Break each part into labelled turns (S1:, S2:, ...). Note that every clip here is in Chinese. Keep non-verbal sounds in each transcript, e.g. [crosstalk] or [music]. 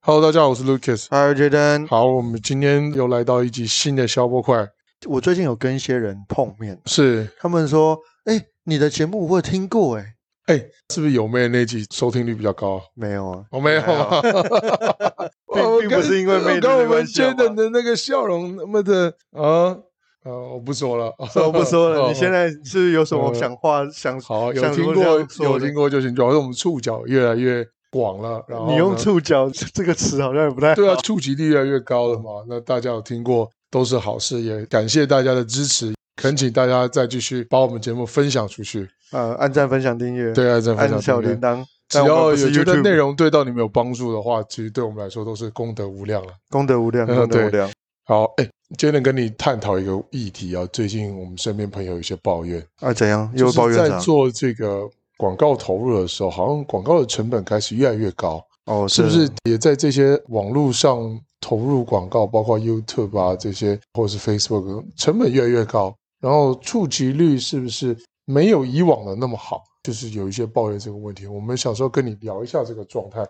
S1: Hello，大家好，我是 Lucas。
S2: Hi Jaden，
S1: 好，我们今天又来到一集新的消波块，
S2: 我最近有跟一些人碰面，
S1: 是
S2: 他们说，哎、你的节目我有听过、哎，
S1: 哎，是不是有妹那集收听率比较高啊？
S2: 没有啊，
S1: 我、没有 [laughs] 啊，我
S2: 并并不是因为魅力
S1: 跟
S2: 的
S1: 我们
S2: 关系好
S1: Jaden
S2: 吗
S1: 的那个笑容那么的啊啊，我不说了，
S2: 说不说了？
S1: [laughs] 哦
S2: 你现在是不是有什么
S1: 呃
S2: 想话、想
S1: 好有
S2: 想
S1: 听
S2: 说
S1: 过
S2: 想说
S1: 有
S2: 的
S1: 听过就行，主要是我们触角越来越广了，然后
S2: 你用
S1: 呢
S2: 触角 [laughs] 这这个词好像也不太
S1: 对啊，触及率越来越高了嘛。那大家有听过都是好事，也感谢大家的支持，恳请大家再继续把我们节目分享出去。
S2: 呃，按赞、分享、订阅，
S1: 对啊，这分享
S2: 按小
S1: 对不对
S2: 铃铛，
S1: 只
S2: 但我
S1: 要
S2: 们不是
S1: 有觉得
S2: YouTube
S1: 内容对到你们有帮助的话，其实对我们来说都是功德无量了。
S2: 功德无量，
S1: 呃
S2: 功德
S1: 对
S2: 无量。
S1: 好，哎，今天跟你探讨一个议题啊，最近我们身边朋友有一些抱怨，
S2: 啊，怎样？又抱
S1: 就
S2: 怨
S1: 是在
S2: 啥？
S1: 做这个广告投入的时候，好像广告的成本开始越来越高，
S2: 哦，
S1: 是不是？也在这些网络上投入广告，包括 YouTube 啊这些，或者是 Facebook，成本越来越高，然后触及率是不是没有以往的那么好？就是有一些抱怨这个问题，我们想说跟你聊一下这个状态。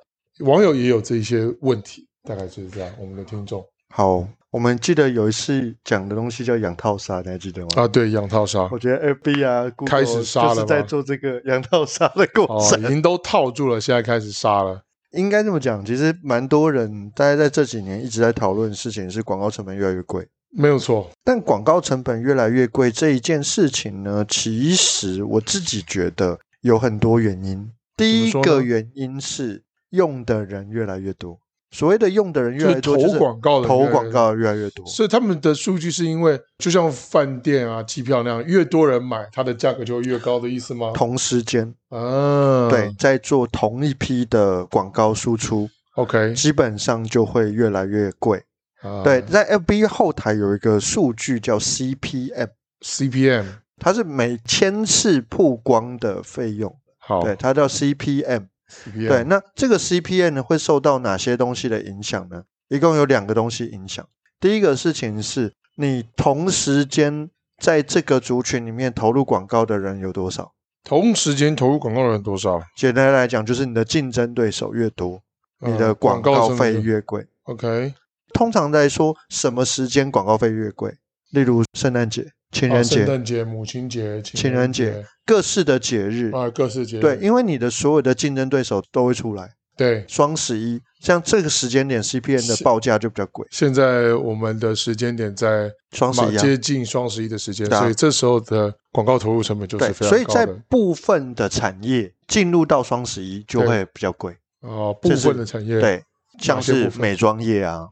S1: 网友也有这一些问题，大概就是这样。我们的听众
S2: 好？我们记得有一次讲的东西叫养套杀，你还记得吗？
S1: 啊，对杨涛莎
S2: 我觉得 FB 啊，
S1: 开始杀了
S2: 就是在
S1: 吗
S2: 做这个 [laughs] 养套杀的过
S1: 哦，
S2: 程
S1: 已。经都套住了，现在开始杀了。
S2: 应该这么讲，其实蛮多人，大家在这几年一直在讨论的事情是广告成本越来越贵。
S1: 没有错，
S2: 但广告成本越来越贵这一件事情呢，其实我自己觉得有很多原因。第一
S1: 怎么说
S2: 个
S1: 呢
S2: 原因是用的人越来越多，所谓的用的人越
S1: 就
S2: 来
S1: 是投
S2: 越多，就是
S1: 广告的
S2: 投
S1: 人
S2: 广告越来越多。
S1: 所以他们的数据是因为就像饭店啊、机票那样，越多人买，它的价格就会越高的意思吗？
S2: 同时间，
S1: 啊，
S2: 对，在做同一批的广告输出，
S1: ，OK，
S2: 基本上就会越来越贵。
S1: 啊
S2: 对，在 FB 后台有一个数据叫 CPM，
S1: ，CPM
S2: 它是每千次曝光的费用，
S1: 好，
S2: 对，它叫 CPM。
S1: CPM
S2: 对，那这个 CPM 呢会受到哪些东西的影响呢？一共有两个东西影响。第一个事情是你同时间在这个族群里面投入广告的人有多少？
S1: 同时间投入广告的人多少？
S2: 简单来讲，就是你的竞争对手越多，你的
S1: 嗯
S2: 广告
S1: 成
S2: 费
S1: 本
S2: 越贵。
S1: OK，
S2: 通常在说什么时间广告费越贵，例如圣诞节、情人
S1: 啊
S2: 节
S1: 圣、诞节、母亲节、
S2: 情人节、各式的节日。
S1: 啊，各式节日
S2: 对，因为你的所有的竞争对手都会出来。
S1: 对。
S2: 双十一，像这个时间点，CPN 的报价就比较贵。
S1: 现在我们的时间点在
S2: 双十
S1: 马
S2: 一啊，
S1: 接近双十一的时间，
S2: 对啊
S1: 所以这时候的广告投入成本就是
S2: 对，
S1: 非
S2: 所
S1: 常
S2: 以
S1: 高
S2: 在
S1: 的。
S2: 部分的产业进入到双十一就
S1: 对
S2: 会比较贵。
S1: 哦，部
S2: 这是
S1: 分的产业
S2: 对，像
S1: 些
S2: 是
S1: 部分
S2: 美妆业啊，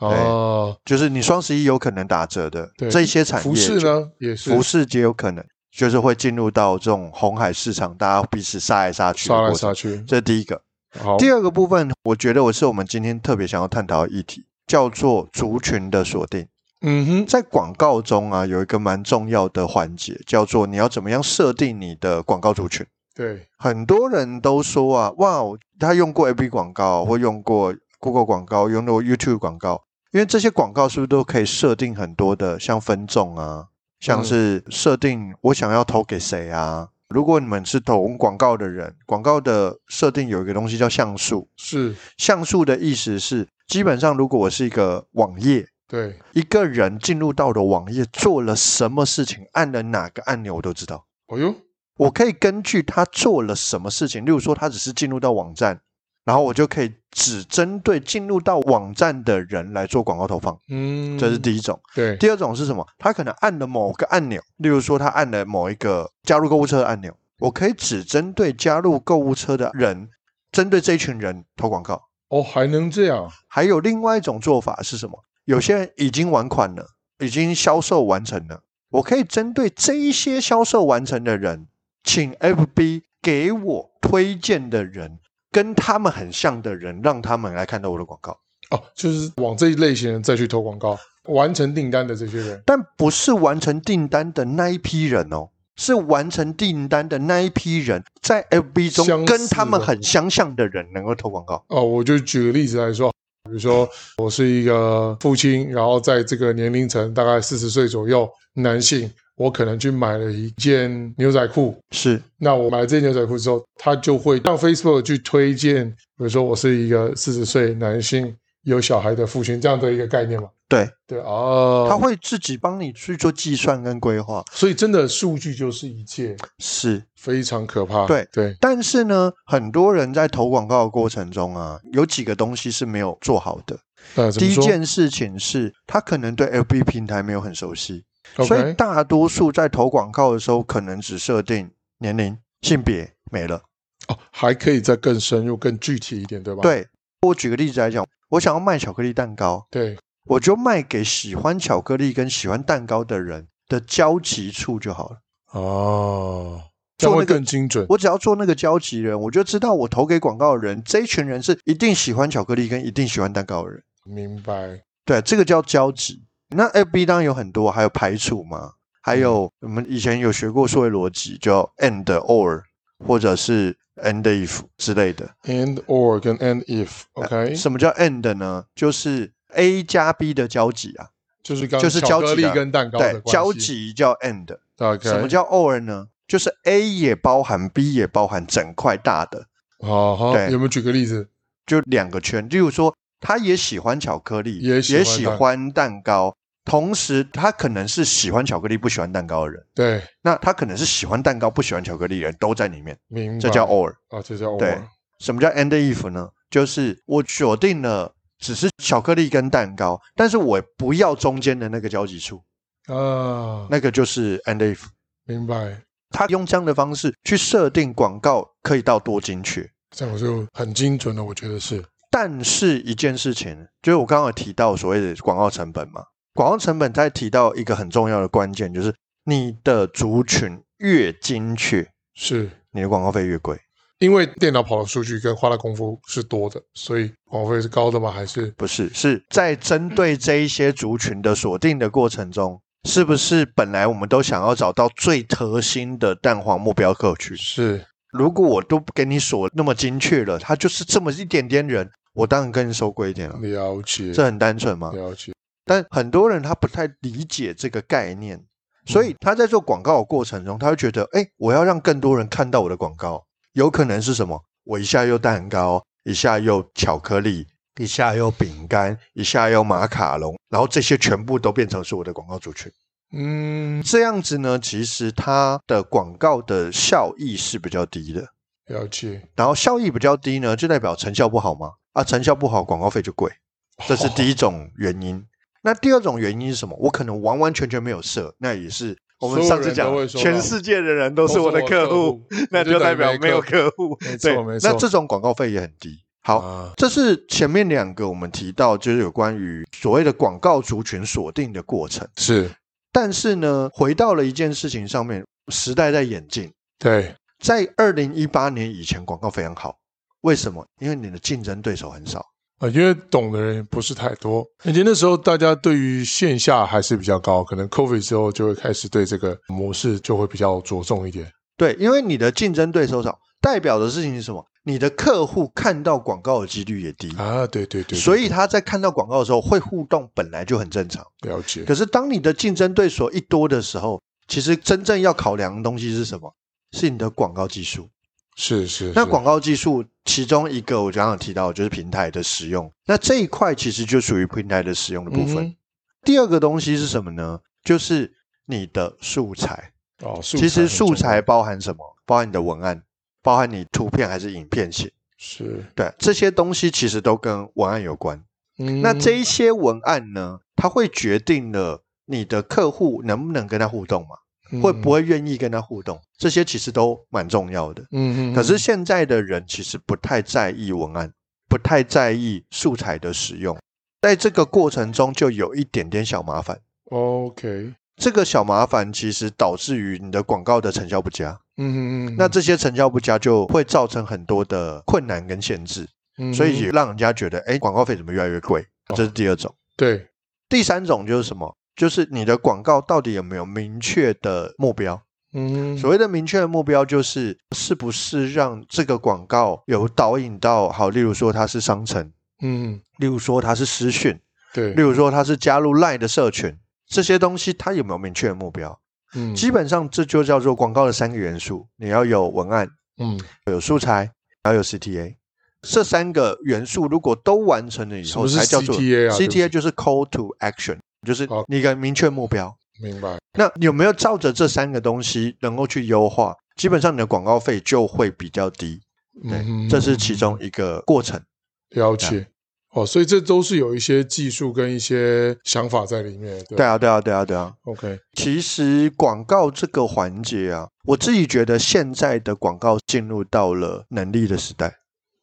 S1: 哦，
S2: 就是你双十一有可能打折的
S1: 对
S2: 这些产业，
S1: 服饰，呢也是
S2: 服饰也有可能就是会进入到这种红海市场，大家彼此杀来杀去的
S1: 杀
S2: 过
S1: 来
S2: 程。
S1: 杀去。
S2: 这是第一个。
S1: 好，
S2: 第二个部分，我觉得我是我们今天特别想要探讨的议题，叫做族群的锁定。
S1: 嗯哼，
S2: 在广告中啊，有一个蛮重要的环节，叫做你要怎么样设定你的广告族群。
S1: 对，
S2: 很多人都说啊，哇，他用过 AB 广告，或用过 Google 广告，用过 YouTube 广告，因为这些广告是不是都可以设定很多的，像分众啊，像是设定我想要投给谁啊。如果你们是投广告的人，广告的设定有一个东西叫像素，
S1: 是，
S2: 像素的意思是，基本上如果我是一个网页，
S1: 对，
S2: 一个人进入到了网页做了什么事情，按了哪个按钮，我都知道。
S1: 哦哟，
S2: 我可以根据他做了什么事情，例如说他只是进入到网站，然后我就可以只针对进入到网站的人来做广告投放，
S1: 嗯，
S2: 这是第一种。
S1: 对，
S2: 第二种是什么？他可能按了某个按钮，例如说他按了某一个加入购物车的按钮，我可以只针对加入购物车的人，针对这一群人投广告。
S1: 哦，还能这样，
S2: 还有另外一种做法是什么？
S1: 嗯
S2: 有些人已经完款了，已经销售完成了，我可以针对这一些销售完成的人，请 FB 给我推荐的人，跟他们很像的人，让他们来看到我的广告。
S1: 哦，就是往这一类型人再去投广告，完成订单的这些人，
S2: 但不是完成订单的那一批人哦，是完成订单的那一批人，在 FB
S1: 相似
S2: 中
S1: 的
S2: 跟他们很相像的人能够投广告。
S1: 哦，我就举个例子来说，比如说我是一个父亲，然后在这个年龄层大概四十岁左右男性，我可能去买了一件牛仔裤，
S2: 是
S1: 那我买了这件牛仔裤之后，它就会让 Facebook 去推荐，比如说我是一个四十岁男性有小孩的父亲这样的一个概念嘛。
S2: 对，
S1: 对哦，
S2: 他会自己帮你去做计算跟规划，
S1: 所以真的数据就是一切，
S2: 是。
S1: 非常可怕。
S2: 对
S1: 对，
S2: 但是呢，很多人在投广告的过程中啊，有几个东西是没有做好的。
S1: 那怎
S2: 第
S1: 么
S2: 一
S1: 说
S2: 件事情是，他可能对 FB 平台没有很熟悉，所以
S1: ，OK，
S2: 大多数在投广告的时候，可能只设定年龄、性别，没了。
S1: 哦，还可以再更深入、更具体一点，对吧？
S2: 对我举个例子来讲，我想要卖巧克力蛋糕，
S1: 对，
S2: 我就卖给喜欢巧克力跟喜欢蛋糕的人的交集处就好了。
S1: 哦，这样
S2: 做那
S1: 会
S2: 个
S1: 更精准。
S2: 我只要做那个交集人，我就知道我投给广告的人这一群人是一定喜欢巧克力跟一定喜欢蛋糕的人。
S1: 明白，
S2: 对，这个叫交集。那 FB 当然有很多，还有排除嘛，还有
S1: 嗯
S2: 我们以前有学过数位逻辑，叫 and or 或者是 and if 之类的。
S1: and or 跟 and if，OK，、
S2: 什么叫 and 呢？就是 A 加 B 的交集啊，
S1: 就是刚
S2: 就是
S1: 巧
S2: 交集
S1: 克力
S2: 的
S1: 跟蛋糕
S2: 对
S1: 的，
S2: 交
S1: 关系。
S2: 集叫 and。
S1: OK，
S2: 什么？叫 or 呢？就是 A 也包含，B 也包含，整块大的，
S1: 好好，
S2: 对
S1: 有没有举个例子？
S2: 就两个圈。例如说，他也喜欢巧克力，
S1: 也喜欢蛋
S2: 喜欢蛋糕，同时他可能是喜欢巧克力不喜欢蛋糕的人，
S1: 对，
S2: 那他可能是喜欢蛋糕不喜欢巧克力的人都在里面，
S1: 明白。
S2: 这叫 or。
S1: 啊，这叫 or。
S2: 对什么叫 and if 呢？就是我锁定了只是巧克力跟蛋糕，但是我不要中间的那个交集处，
S1: 啊，
S2: 那个就是 and if。
S1: 明白。
S2: 他用这样的方式去设定广告可以到多精确。
S1: 这样我就很精准了，我觉得是。
S2: 但是一件事情，就是我刚刚有提到所谓的广告成本嘛，广告成本再提到一个很重要的关键，就是你的族群越精确，
S1: 是
S2: 你的广告费越贵。
S1: 因为电脑跑的数据跟花的功夫是多的，所以广告费是高的吗？还是
S2: 不是，是在针对这一些族群的锁定的过程中，是不是本来我们都想要找到最核心的蛋黄目标客群？
S1: 是
S2: 如果我都给你锁那么精确了，他就是这么一点点人，我当然跟你收贵一点啊了，
S1: 了解
S2: 这很单纯嘛。
S1: 了解？
S2: 但很多人他不太理解这个概念，所
S1: 嗯
S2: 以他在做广告的过程中，他会觉得，哎，我要让更多人看到我的广告，有可能是什么？我一下又蛋糕，一下又巧克力，一下又饼干，一下又马卡龙，然后这些全部都变成是我的广告族群。
S1: 嗯，
S2: 这样子呢，其实它的广告的效益是比较低的。
S1: 了解。
S2: 然后效益比较低呢，就代表成效不好吗？啊，成效不好，广告费就贵，这
S1: 哦
S2: 是第一种原因。那第二种原因是什么？我可能完完全全没有设，那也是我们上
S1: 所
S2: 次
S1: 有人
S2: 讲
S1: 都会，收到
S2: 全世界的人都是我的客户，， [laughs] 那就代表没有客户。
S1: 哦 [laughs] 没
S2: 对
S1: 错，没，错。
S2: 那这种广告费也很低。好，
S1: 啊，
S2: 这是前面两个我们提到，就是有关于所谓的广告族群锁定的过程。
S1: 是
S2: 但是呢，回到了一件事情上面，时代在演进，
S1: 对，
S2: 在二零一八年以前，广告非常好。为什么？因为你的竞争对手很少。
S1: 啊，因为懂的人不是太多，而且那时候大家对于线下还是比较高，可能 COVID 之后就会开始对这个模式就会比较着重一点。
S2: 对，因为你的竞争对手少，代表的事情是什么？你的客户看到广告的几率也低，
S1: 啊，对对对，
S2: 所以他在看到广告的时候会互动，本来就很正常。
S1: 了解
S2: 可是当你的竞争对手一多的时候，其实真正要考量的东西是什么？是你的广告技术。
S1: 是是。
S2: 那
S1: 是
S2: 广告技术其中一个我刚刚有提到，就是平台的使用。那这一块其实就属于平台的使用的部分。
S1: 嗯
S2: 第二个东西是什么呢？就是你的素材。
S1: 哼哦，素材
S2: 其实
S1: 很重
S2: 素
S1: 要
S2: 材包含什么？包含你的文案，包含你图片还是影片写。
S1: 是，
S2: 对，这些东西其实都跟文案有关。
S1: 嗯
S2: 那这一些文案呢，它会决定了你的客户能不能跟他互动嘛，
S1: 嗯
S2: 会不？会愿意跟他互动，这些其实都蛮重要的。
S1: 嗯嗯嗯，
S2: 可是现在的人其实不太在意文案，不太在意素材的使用，在这个过程中就有一点点小麻烦。
S1: OK，嗯
S2: 这个小麻烦其实导致于你的广告的成效不佳，
S1: 嗯嗯嗯，
S2: 那这些成效不佳就会造成很多的困难跟限制，
S1: 嗯
S2: 所
S1: 嗯
S2: 以也让人家觉得，哎，广告费怎么越来越贵？这是第二种。
S1: 对
S2: 第三种就是什么？就是你的广告到底有没有明确的目标？
S1: 嗯
S2: 所谓的明确的目标，就是是不是让这个广告有导引到好，例如说它是商城，
S1: 嗯
S2: 例如说它是私讯，
S1: 对
S2: 例如说它是加入 LINE 的社群，这些东西它有没有明确的目标？
S1: 嗯
S2: 基本上这就叫做广告的三个元素：你要有文案，
S1: 嗯
S2: 有素材，还有 CTA。这三个元素如果都完成了以后，
S1: 什么是
S2: 才叫做
S1: CTA 啊对不起
S2: CTA 就是 Call to Action，就是
S1: 好
S2: 你一个明确目标。
S1: 明白
S2: 那有没有照着这三个东西能够去优化？基本上你的广告费就会比较低，
S1: 嗯
S2: 对，
S1: 哼嗯
S2: 这是其中一个过程。
S1: 了解哦，所以这都是有一些技术跟一些想法在里面，对
S2: 对啊，对啊，对啊，对啊。
S1: ，OK，
S2: 其实广告这个环节啊，我自己觉得现在的广告进入到了能力的时代，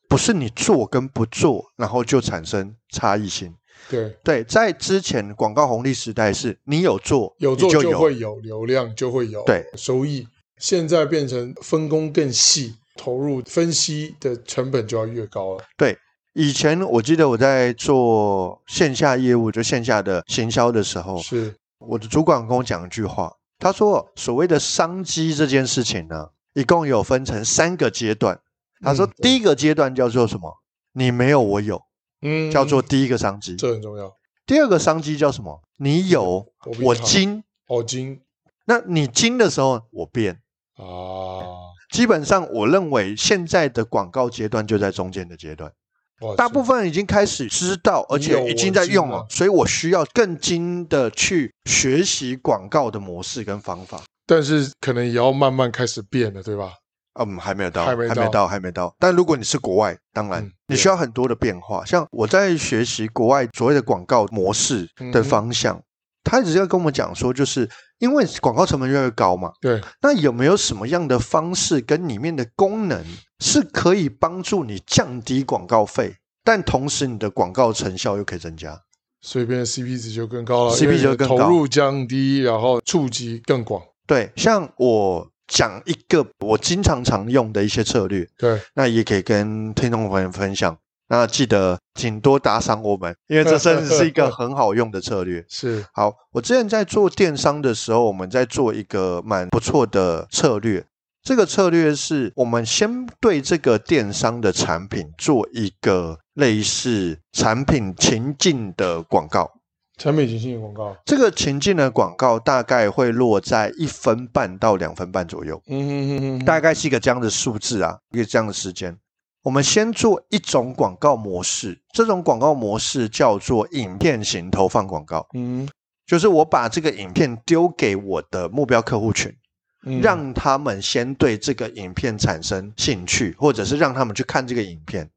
S2: 不是你做跟不做，然后就产生差异性。
S1: 对，
S2: 对，在之前广告红利时代是你有做，
S1: 有
S2: 你
S1: 做
S2: 就
S1: 就会有流量，就会有
S2: 对
S1: 收益。现在变成分工更细，投入分析的成本就要越高了。
S2: 以前我记得我在做线下业务，就线下的行销的时候，
S1: 是，
S2: 我的主管跟我讲一句话，他说所谓的商机这件事情呢，一共有分成三个阶段。他说
S1: 嗯
S2: 第一个阶段叫做什么？你没有我有，
S1: 嗯
S2: 叫做第一个商机。
S1: 这很重要。
S2: 第二个商机叫什么？你有
S1: 我比你
S2: 我
S1: 好
S2: 精，
S1: 哦，金
S2: 那你精的时候我变。
S1: 啊，
S2: 基本上，我认为现在的广告阶段就在中间的阶段，
S1: 哇
S2: 大部分人已经开始知道，而且已经在用
S1: 你有我
S2: 了
S1: 精啊，
S2: 所以我需要更精的去学习广告的模式跟方法。
S1: 但是可能也要慢慢开始变了，对吧？
S2: 嗯，还没有到，
S1: 还没到
S2: 到，还没到。但如果你是国外，当然、
S1: 嗯
S2: 你需要很多的变化。像我在学习国外所谓的广告模式
S1: 嗯
S2: 的方向，他一直要跟我们讲说，就是因为广告成本越来越高嘛，
S1: 对，
S2: 那有没有什么样的方式跟里面的功能是可以帮助你降低广告费，但同时你的广告成效又可以增加？
S1: 所以变成 CP 值就更高了
S2: CP
S1: 因为你的
S2: 值更
S1: 投
S2: 高
S1: 入降低，然后触及更广。
S2: 对，像我讲一个我经常常用的一些策略，
S1: 对，
S2: 那也可以跟听众朋友分享。那记得请多打赏我们，因为这真的是一个很好用的策略。
S1: 是，
S2: 好，我之前在做电商的时候，我们在做一个蛮不错的策略。这个策略是我们先对这个电商的产品做一个类似产品情境的广告。
S1: 产品型性广告。
S2: 这个情境的广告大概会落在一分半到两分半左右，
S1: 嗯嗯嗯，
S2: 大概是一个这样的数字啊，一个这样的时间。我们先做一种广告模式，这种广告模式叫做影片型投放广告。
S1: 嗯
S2: 就是我把这个影片丢给我的目标客户群，
S1: 嗯，
S2: 让他们先对这个影片产生兴趣，或者是让他们去看这个影片。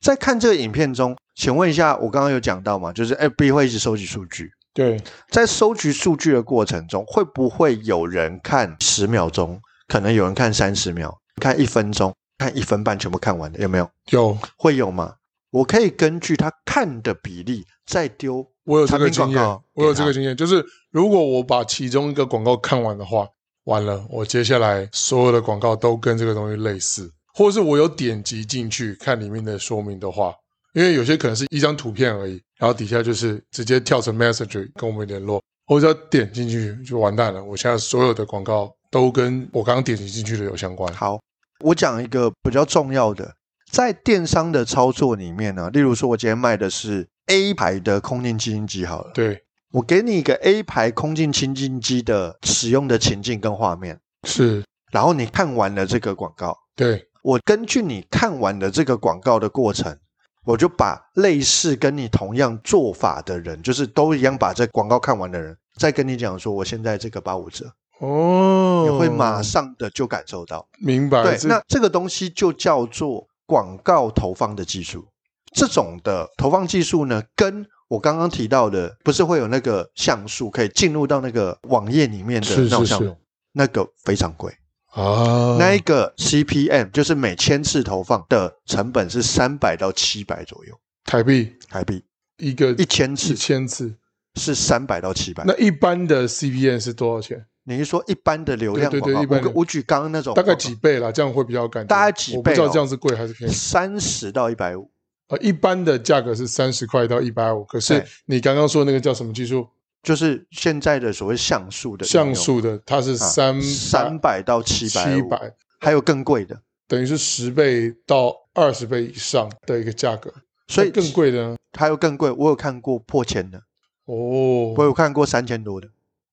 S2: 在看这个影片中，请问一下，我刚刚有讲到嘛，就是 FB 会一直收集数据，
S1: 对，
S2: 在收集数据的过程中，会不会有人看十秒钟？可能有人看三十秒，看一分钟，看一分半，全部看完的有没有？
S1: 有
S2: 会有吗？我可以根据他看的比例再丢
S1: 我有这
S2: 产
S1: 个
S2: 品
S1: 经
S2: 广告给他。
S1: 验，我有这个经验，就是如果我把其中一个广告看完的话，完了，我接下来所有的广告都跟这个东西类似，或者是我有点击进去看里面的说明的话，因为有些可能是一张图片而已，然后底下就是直接跳成 Messenger 跟我们联络，我只要点进去就完蛋了，我现在所有的广告都跟我刚刚点击进去的有相关。
S2: 好，我讲一个比较重要的，在电商的操作里面呢、例如说我今天卖的是 A 牌的空净清净机好了，
S1: 对，
S2: 我给你一个 A 牌空净清净机的使用的情境跟画面，
S1: 是，
S2: 然后你看完了这个广告，
S1: 对，
S2: 我根据你看完的这个广告的过程。我就把类似跟你同样做法的人，就是都一样把这广告看完的人，再跟你讲说，我现在这个八五折，
S1: 哦，啊
S2: 你会马上的就感受到。
S1: 明白。
S2: 对，
S1: 这
S2: 那这个东西就叫做广告投放的技术。这种的投放技术呢，跟我刚刚提到的，不是会有那个像素可以进入到那个网页里面的
S1: 是
S2: 那
S1: 是
S2: 种项目，
S1: 是
S2: 那个非常贵。
S1: 啊，
S2: 那一个 CPM 就是每千次投放的成本是三百到七百左右
S1: 台币
S2: 台币，
S1: 一个
S2: 一千
S1: 一
S2: 次
S1: 千次。
S2: 是三百到七百。
S1: 那一般的 CPN 是多少钱？
S2: 你是说一般的流量
S1: 对
S2: 广
S1: 对对
S2: 告，
S1: 一般
S2: 我
S1: 流
S2: 我举刚刚那种
S1: 大概
S2: 广告
S1: 几哎倍啦？这样会比较有感觉。
S2: 大概几倍哦
S1: 我不知道这样是贵还是便宜。
S2: 三十到一百五，
S1: 呃，一般的价格是三十块到一百五，可是
S2: 对
S1: 你刚刚说那个叫什么技术？
S2: 就是现在的所谓像素的应
S1: 像
S2: 用
S1: 素的，它是三
S2: 啊三百到七百，
S1: 七，百，
S2: 还有更贵的。
S1: 等于是十倍到二十倍以上的一个价格，
S2: 所以
S1: 那更，贵的呢？
S2: 还有更贵。我有看过破千的，
S1: 哦，
S2: 我有看过三千多的，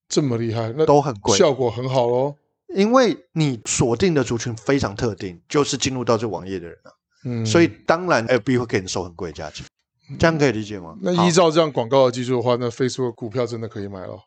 S1: 这么厉害，那
S2: 都很贵，
S1: 效果很好喽。
S2: 因为你锁定的族群非常特定，就是进入到这网页的人啊，
S1: 嗯，
S2: 所以当然 FB 会给你收很贵的价钱，这样可以理解吗？
S1: 那
S2: 好
S1: 依照这样广告的技术的话，那 Facebook 股票真的可以买 [laughs] 了。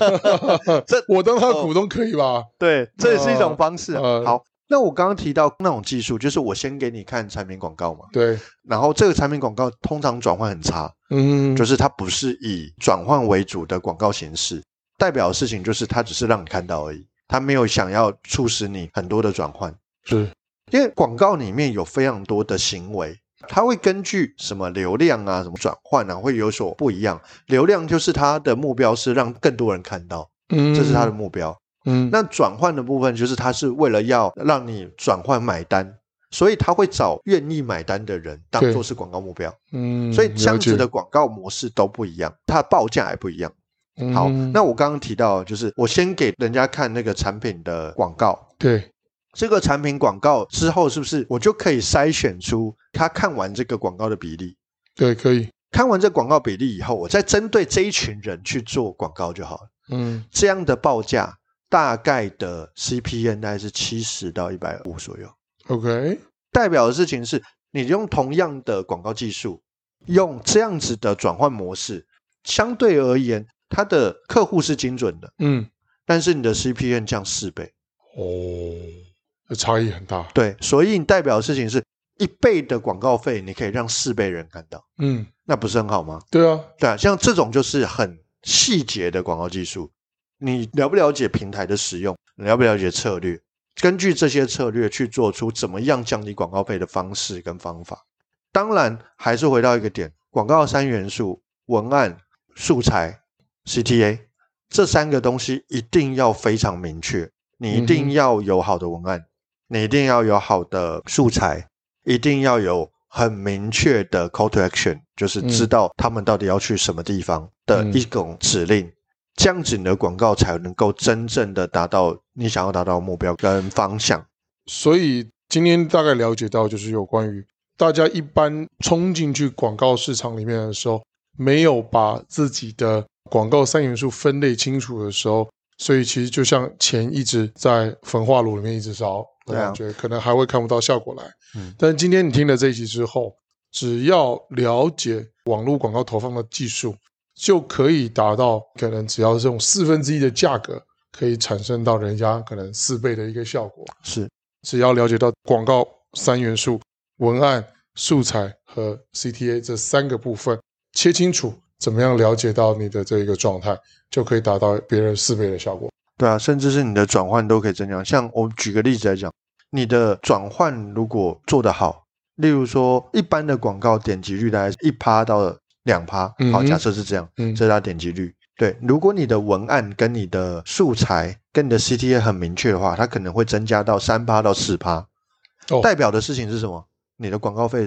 S2: [laughs] 这哦
S1: 我当他的股东可以吧？
S2: 对，这也是一种方式啊、
S1: 呃
S2: 好，那我刚刚提到那种技术，就是我先给你看产品广告嘛，
S1: 对，
S2: 然后这个产品广告通常转换很差，
S1: 嗯，
S2: 就是它不是以转换为主的广告形式，代表的事情就是它只是让你看到而已，它没有想要促使你很多的转换。
S1: 是，
S2: 因为广告里面有非常多的行为，它会根据什么流量啊、什么转换啊，会有所不一样。流量就是它的目标是让更多人看到，
S1: 嗯，
S2: 这是它的，目标。
S1: 嗯，
S2: 那转换的部分就是它是为了要让你转换买单，所以它会找愿意买单的人当
S1: 对
S2: 做是广告目标。
S1: 嗯，
S2: 所以这样子的
S1: 了
S2: 广告模式都不一样，它的报价也不一样。
S1: 解，嗯
S2: 好，那我刚刚提到就是我先给人家看那个产品的广告，
S1: 对，
S2: 这个产品广告之后，是不是我就可以筛选出他看完这个广告的比例？
S1: 对，可以，
S2: 看完这广告比例以后，我再针对这一群人去做广告就好了。
S1: 嗯
S2: 这样的报价大概的 CPN 大概是七十到一百五左右。
S1: ，OK，
S2: 代表的事情是，你用同样的广告技术，用这样子的转换模式，相对而言，它的客户是精准的，
S1: 嗯，
S2: 但是你的 CPN 降四倍。
S1: 哦，这差异很大，
S2: 对，所以你代表的事情是一倍的广告费，你可以让四倍人看到，
S1: 嗯，
S2: 那不是很好吗？
S1: 对啊，
S2: 对啊，像这种就是很细节的广告技术，你了不了解平台的使用？你了不了解策略？根据这些策略去做出怎么样降低广告费的方式跟方法。当然，还是回到一个点，广告三元素：文案、素材、CTA 这三个东西一定要非常明确。你
S1: 嗯
S2: 一
S1: 哼
S2: 定要有好的文案，你一定要有好的素材，一定要有很明确的 call to action，就是
S1: 嗯
S2: 知道他们到底要去什么地方的一种指令。这样子你的广告才能够真正的达到你想要达到的目标跟方向。
S1: 所以今天大概了解到，就是有关于大家一般冲进去广告市场里面的时候，没有把自己的广告三元素分类清楚的时候，所以其实就像钱一直在焚化炉里面一直烧的
S2: 对啊
S1: 感觉，可能还会看不到效果来。
S2: 嗯
S1: 但今天你听了这一集之后，只要了解网络广告投放的技术，就可以达到可能只要这种四分之一的价格，可以产生到人家可能四倍的一个效果。
S2: 是
S1: 只要了解到广告三元素、文案、素材和 CTA 这三个部分，切清楚怎么样了解到你的这个状态，就可以达到别人四倍的效果。
S2: 对啊，甚至是你的转换都可以增强。像我举个例子来讲，你的转换如果做得好，例如说一般的广告点击率大概一趴到两趴，
S1: 嗯
S2: 好，
S1: 哼
S2: 假设是这样，
S1: 嗯
S2: 这是它点击率。对，如果你的文案跟你的素材跟你的 CTA 很明确的话，它可能会增加到三趴到四趴。
S1: 哦
S2: 代表的事情是什么？你的广告费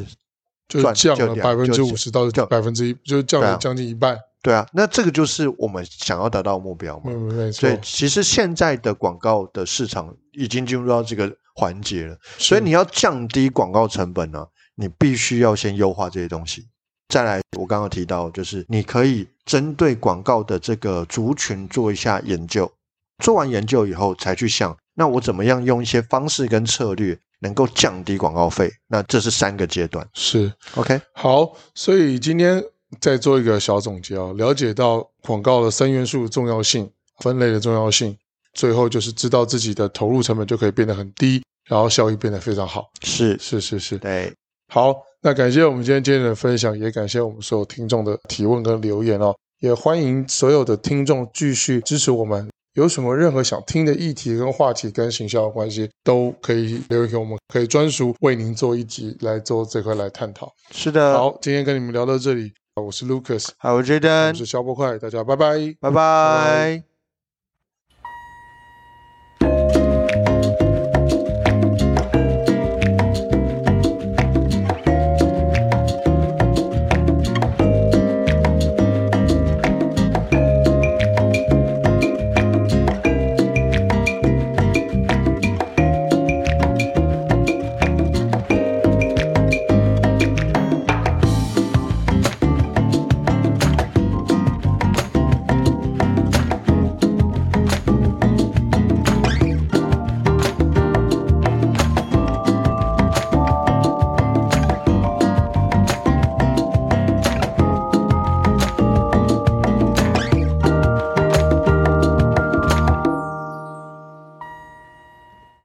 S1: 就是
S2: 赚
S1: 降
S2: 就
S1: 了百
S2: 两
S1: 分之
S2: 就
S1: 五十到
S2: 就
S1: 百分之一，就是降
S2: 对
S1: 了
S2: 啊
S1: 将近一半。
S2: 对啊，那这个就是我们想要达到的目标嘛
S1: 没。有嗯没错
S2: 所以，其实现在的广告的市场已经进入到这个环节了，
S1: 所
S2: 所以你要降低广告成本呢、你必须要先优化这些东西。再来，我刚刚提到，就是你可以针对广告的这个族群做一下研究，做完研究以后才去想，那我怎么样用一些方式跟策略能够降低广告费？那这是三个阶段。
S1: 是
S2: OK，
S1: 好，所以今天再做一个小总结哦，了解到广告的三元素的重要性、分类的重要性，最后就是知道自己的投入成本就可以变得很低，然后效益变得非常好。
S2: 是，
S1: 是是是，
S2: 对，
S1: 好，那感谢我们今天今天的分享，也感谢我们所有听众的提问跟留言哦，也欢迎所有的听众继续支持我们。有什么任何想听的议题跟话题跟行销有关系，都可以留言给我们，可以专属为您做一集来做这块来探讨。
S2: 是的。，
S1: 好，今天跟你们聊到这里，我是 Lucas，
S2: 好，我觉
S1: 我
S2: 得
S1: 是，肖波快，大家拜拜。
S2: 拜
S1: 拜
S2: 拜。